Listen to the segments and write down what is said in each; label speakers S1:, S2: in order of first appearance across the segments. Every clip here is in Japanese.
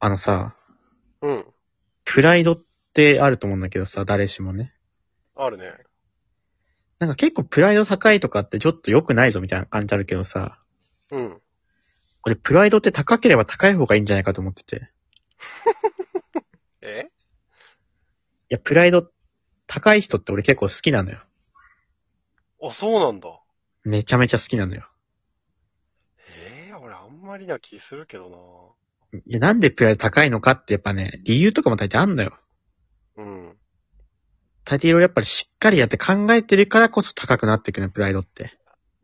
S1: あのさ、
S2: うん。
S1: プライドってあると思うんだけどさ、誰しもね。
S2: あるね。
S1: なんか結構プライド高いとかってちょっと良くないぞみたいな感じあるけどさ、
S2: うん。
S1: 俺プライドって高ければ高い方がいいんじゃないかと思ってて。い
S2: え
S1: や、プライド高い人って俺結構好きなのよ。
S2: あ、そうなんだ。
S1: めちゃめちゃ好きなのよ。
S2: ええ俺あんまりな気するけど
S1: いや、なんでプライド高いのかってやっぱね、理由とかも大体あんのよ。
S2: なうん。
S1: 大抵いろいろやっぱりしっかりやって考えてるからこそ高くなっていくね、プライドって。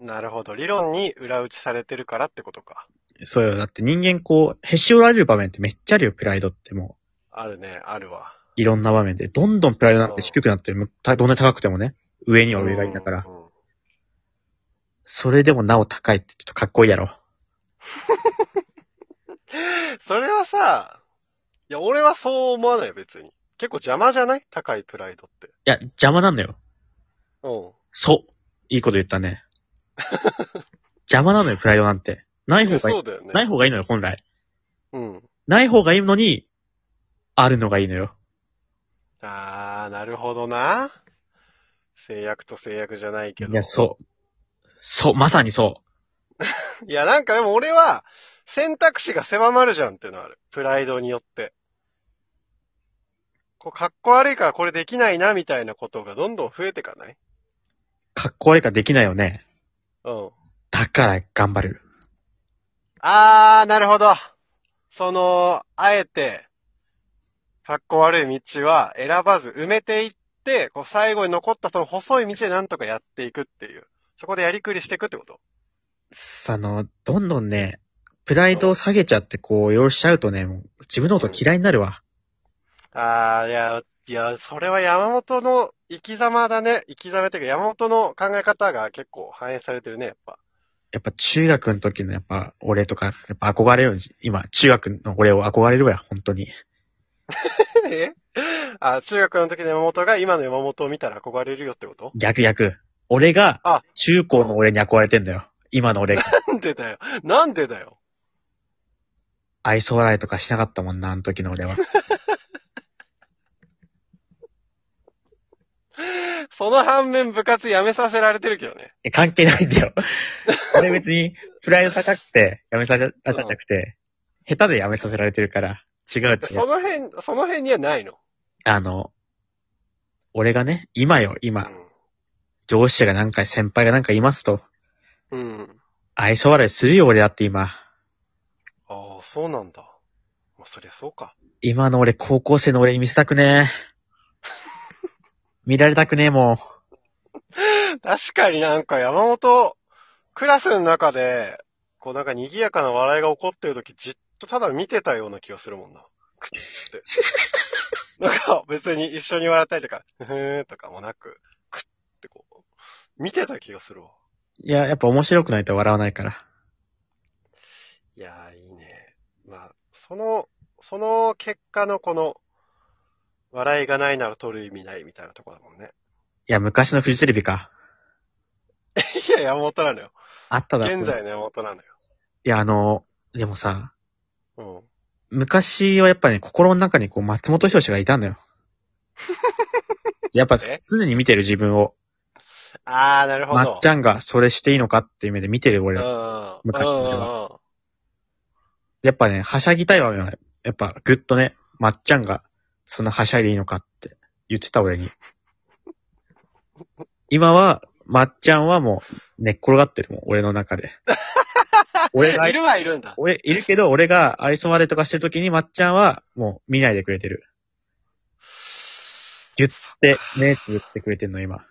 S2: なるほど。理論に裏打ちされてるからってことか。
S1: そうよ。だって人間こう、へし折られる場面ってめっちゃあるよ、プライドってもう。
S2: あるね、あるわ。
S1: いろんな場面で、どんどんプライドなんて低くなってる。たどんなに高くてもね、上には上がいたから。
S2: うんうん
S1: それでもなお高いってちょっとかっこいいやろ。
S2: それはさ、いや、俺はそう思わないよ、別に。結構邪魔じゃない高いプライドって。
S1: いや、邪魔なんだよ。
S2: うん。
S1: そう。いいこと言った ね。邪魔なのよ、プライドなんて。ない方
S2: え
S1: がいい。
S2: そうだよね。
S1: ない方がいいのよ、本来。
S2: うん。
S1: ない方がいいのに、あるのがいいのよ。
S2: あー、なるほどな。制約と制約じゃないけど。
S1: いや、そう。そう、まさにそう。
S2: いや、なんかでも俺は、選択肢が狭まるじゃんっていうのある。プライドによって。こう、かっこ悪いからこれできないな、みたいなことがどんどん増えてかない
S1: かっこ悪いからできないよね。
S2: うん。
S1: だから頑張る。
S2: あー、なるほど。その、あえて、かっこ悪い道は選ばず埋めていって、こう、最後に残ったその細い道でなんとかやっていくっていう。そこでやりくりしていくってこと
S1: あの、どんどんね、プライドを下げちゃって、こう、よろしちゃうとね、もう自分のこと嫌いになるわ。
S2: ああ、いや、いや、それは山本の生き様だね。生き様っていうか山本の考え方が結構反映されてるね、やっぱ。
S1: やっぱ中学の時のやっぱ俺とか、やっぱ憧れるよ今、中学の俺を憧れるわよ、本当に。
S2: え あ、中学の時の山本が今の山本を見たら憧れるよってこと
S1: 逆逆。俺が
S2: あ、
S1: 中高の俺に憧れてんだよ。今の俺が。
S2: なんでだよ。なんでだよ。
S1: 愛想笑いとかしなかったもんな、あの時の俺は。
S2: その反面部活やめさせられてるけどね。
S1: え関係ないんだよ。俺別に、プライド高くて、やめさせられなくて、下手でやめさせられてるから、違う違。
S2: そうの辺、その辺にはないの。
S1: あの、俺がね、今よ、
S2: う
S1: 今、
S2: ん。
S1: 上司がなんか先輩がなんかいますと、
S2: うん。
S1: 愛想笑いするよ、俺だって今。
S2: ああ、そうなんだ。まあ、そりゃそうか。
S1: 今の俺、高校生の俺に見せたくねえ。見られたくねえもん。
S2: 確かになんか山本、クラスの中で、こうなんか賑やかな笑いが起こってる時じっとただ見てたような気がするもんな。くっつ って。なんか別に一緒に笑ったりとか、ふーんとかもなく、くってこう、見てた気がするわ。
S1: いや、やっぱ面白くないと笑わないから。
S2: いやー、いいね。まあ、その、その結果のこの、笑いがないなら取る意味ないみたいなとこだもんね。
S1: いや、昔のフジテレビか。
S2: いや、山本なのよ。
S1: あっただろ
S2: 現。在の山本なの
S1: いや、あの、でもさ、
S2: よ。
S1: 昔はやっぱね、心の中にこう、松本人志がいた のよ。やっぱ
S2: え、
S1: 常に見てる自分を。
S2: うん。あー、なるほど。
S1: まっちゃんがそれしていいのかっていう目で見てる俺ら。
S2: うん
S1: 昔
S2: う
S1: の
S2: ん
S1: 俺
S2: うんうん。
S1: やっぱね、はしゃぎたいわけよ。やっぱ、ぐっとね、まっちゃんが、そんなはしゃいでいいのかって言ってた俺に。今は、まっちゃんはもう、寝っ転がってるもん、俺の中で。俺が
S2: い、るはいるんだ。
S1: 俺、いるけど、俺が愛想笑いとかしてる時に、まっちゃんは、もう、見ないでくれてる。言って、目つぶってくれてんの、今。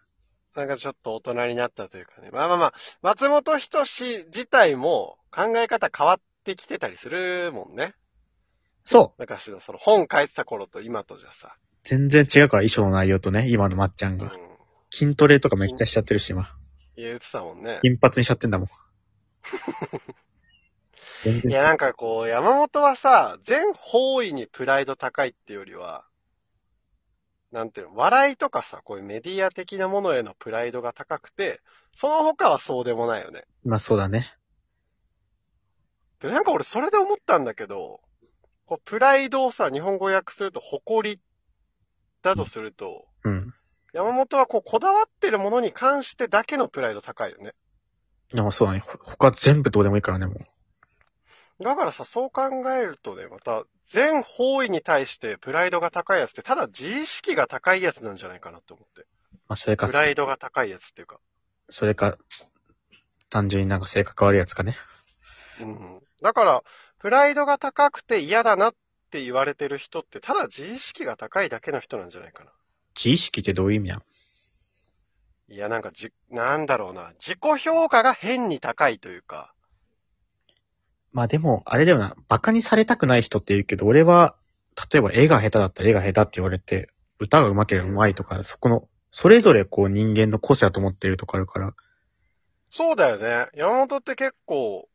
S2: なんかちょっと大人になったというかね。まあまあまあ、松本人志自体も考え方変わってきてたりするもんね。
S1: そう
S2: 昔のその本書いてた頃と今とじゃさ。
S1: 全然違うから、衣装の内容とね、今のまっちゃん
S2: うん
S1: が。。筋トレとかめっちゃしちゃってるし、今。
S2: 言ってたもんね。
S1: 金髪にしちゃってんだもん。全
S2: い
S1: 然
S2: やなんかこう、山本はさ、全方位にプライド高いってよりは、なんていうの、笑いとかさ、こういうメディア的なものへのプライドが高くて、その他はそうでもないよね。
S1: まあそうだね。
S2: で、なんか俺それで思ったんだけど、こうプライドをさ、日本語訳すると、誇りだとすると、
S1: うん。
S2: 山本はこう、こだわってるものに関してだけのプライド高いよね。
S1: でもそうだね。ほ他全部どうでもいいからね、もう。
S2: だからさ、そう考えるとね、また、全方位に対してプライドが高いやつって、ただ自意識が高いやつなんじゃないかなと思って。
S1: まあ、それか
S2: プ、ライドが高いやつっていうか。
S1: それか、単純になんか性格悪いやつかね。
S2: うん。だから、プライドが高くて嫌だなって言われてる人って、ただ自意識が高いだけの人なんじゃないかな。
S1: 自意識ってどういう意味だ
S2: いや、なんかじ、なんだろうな。自己評価が変に高いというか。
S1: まあでも、あれだよな、バカにされたくない人って言うけど、俺は、例えば絵が下手だったら絵が下手って言われて、歌が上手ければ上手いとか、そこの、それぞれこう人間の個性だと思ってるとかあるから、
S2: そうだよね。山本って結構、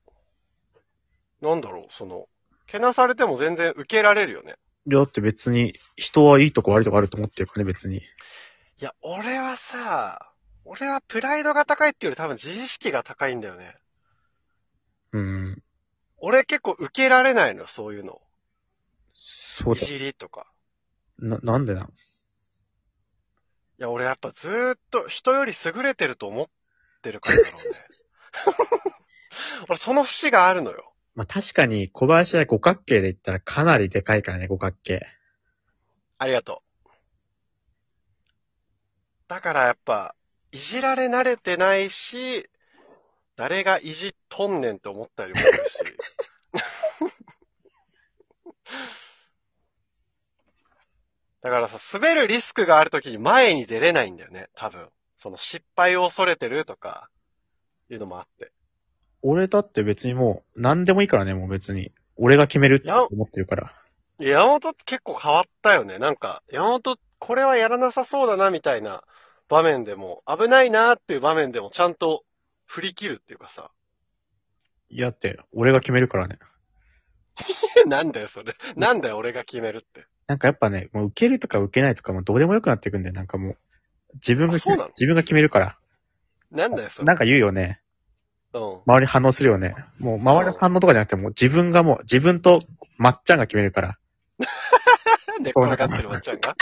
S2: なんだろう、その、けなされても全然受けられるよね。
S1: だって別に、人はいいとこ悪いとこあると思ってるからね、別に。
S2: いや、俺はさ、俺はプライドが高いっていうより多分自意識が高いんだよね。
S1: うん。
S2: 俺結構受けられないの、そういうの。
S1: そう
S2: い
S1: だ。
S2: じりとか。
S1: な、なんでない
S2: や、俺やっぱずーっと人より優れてると思ってるからだろうね。 俺その節があるのよ。
S1: まあ確かに、小林は五角形で言ったらかなりでかいからね、五角形。
S2: ありがとう。だからやっぱ、いじられ慣れてないし、誰がいじっとんねんって思ったりもするし。 だからさ、滑るリスクがあるときに前に出れないんだよね、多分。その失敗を恐れてるとか、いうのもあって。
S1: 俺だって別にもう、何でもいいからね、もう別に。俺が決めるって思ってるから。
S2: いや山本って結構変わったよね。なんか、山本、これはやらなさそうだな、みたいな場面でも、危ないなっていう場面でも、ちゃんと振り切るっていうかさ。
S1: いやだって、俺が決めるからね。
S2: なんだよ、それ。なんだよ、俺が決めるって。
S1: なんかやっぱね、もう受けるとか受けないとかもうどうでもよくなっていくんだよ、なんかもう。自分が
S2: あ
S1: 決
S2: そう
S1: め
S2: なの、
S1: 自分が決めるから。
S2: なんだよ、そ
S1: な
S2: れ。
S1: んか言うよね。
S2: うん。
S1: 周り反応するよね。もう周りの反応とかじゃなくて、もう自分がもう、自分とまっちゃんが決めるから。
S2: なんで、これがってるまっちゃんが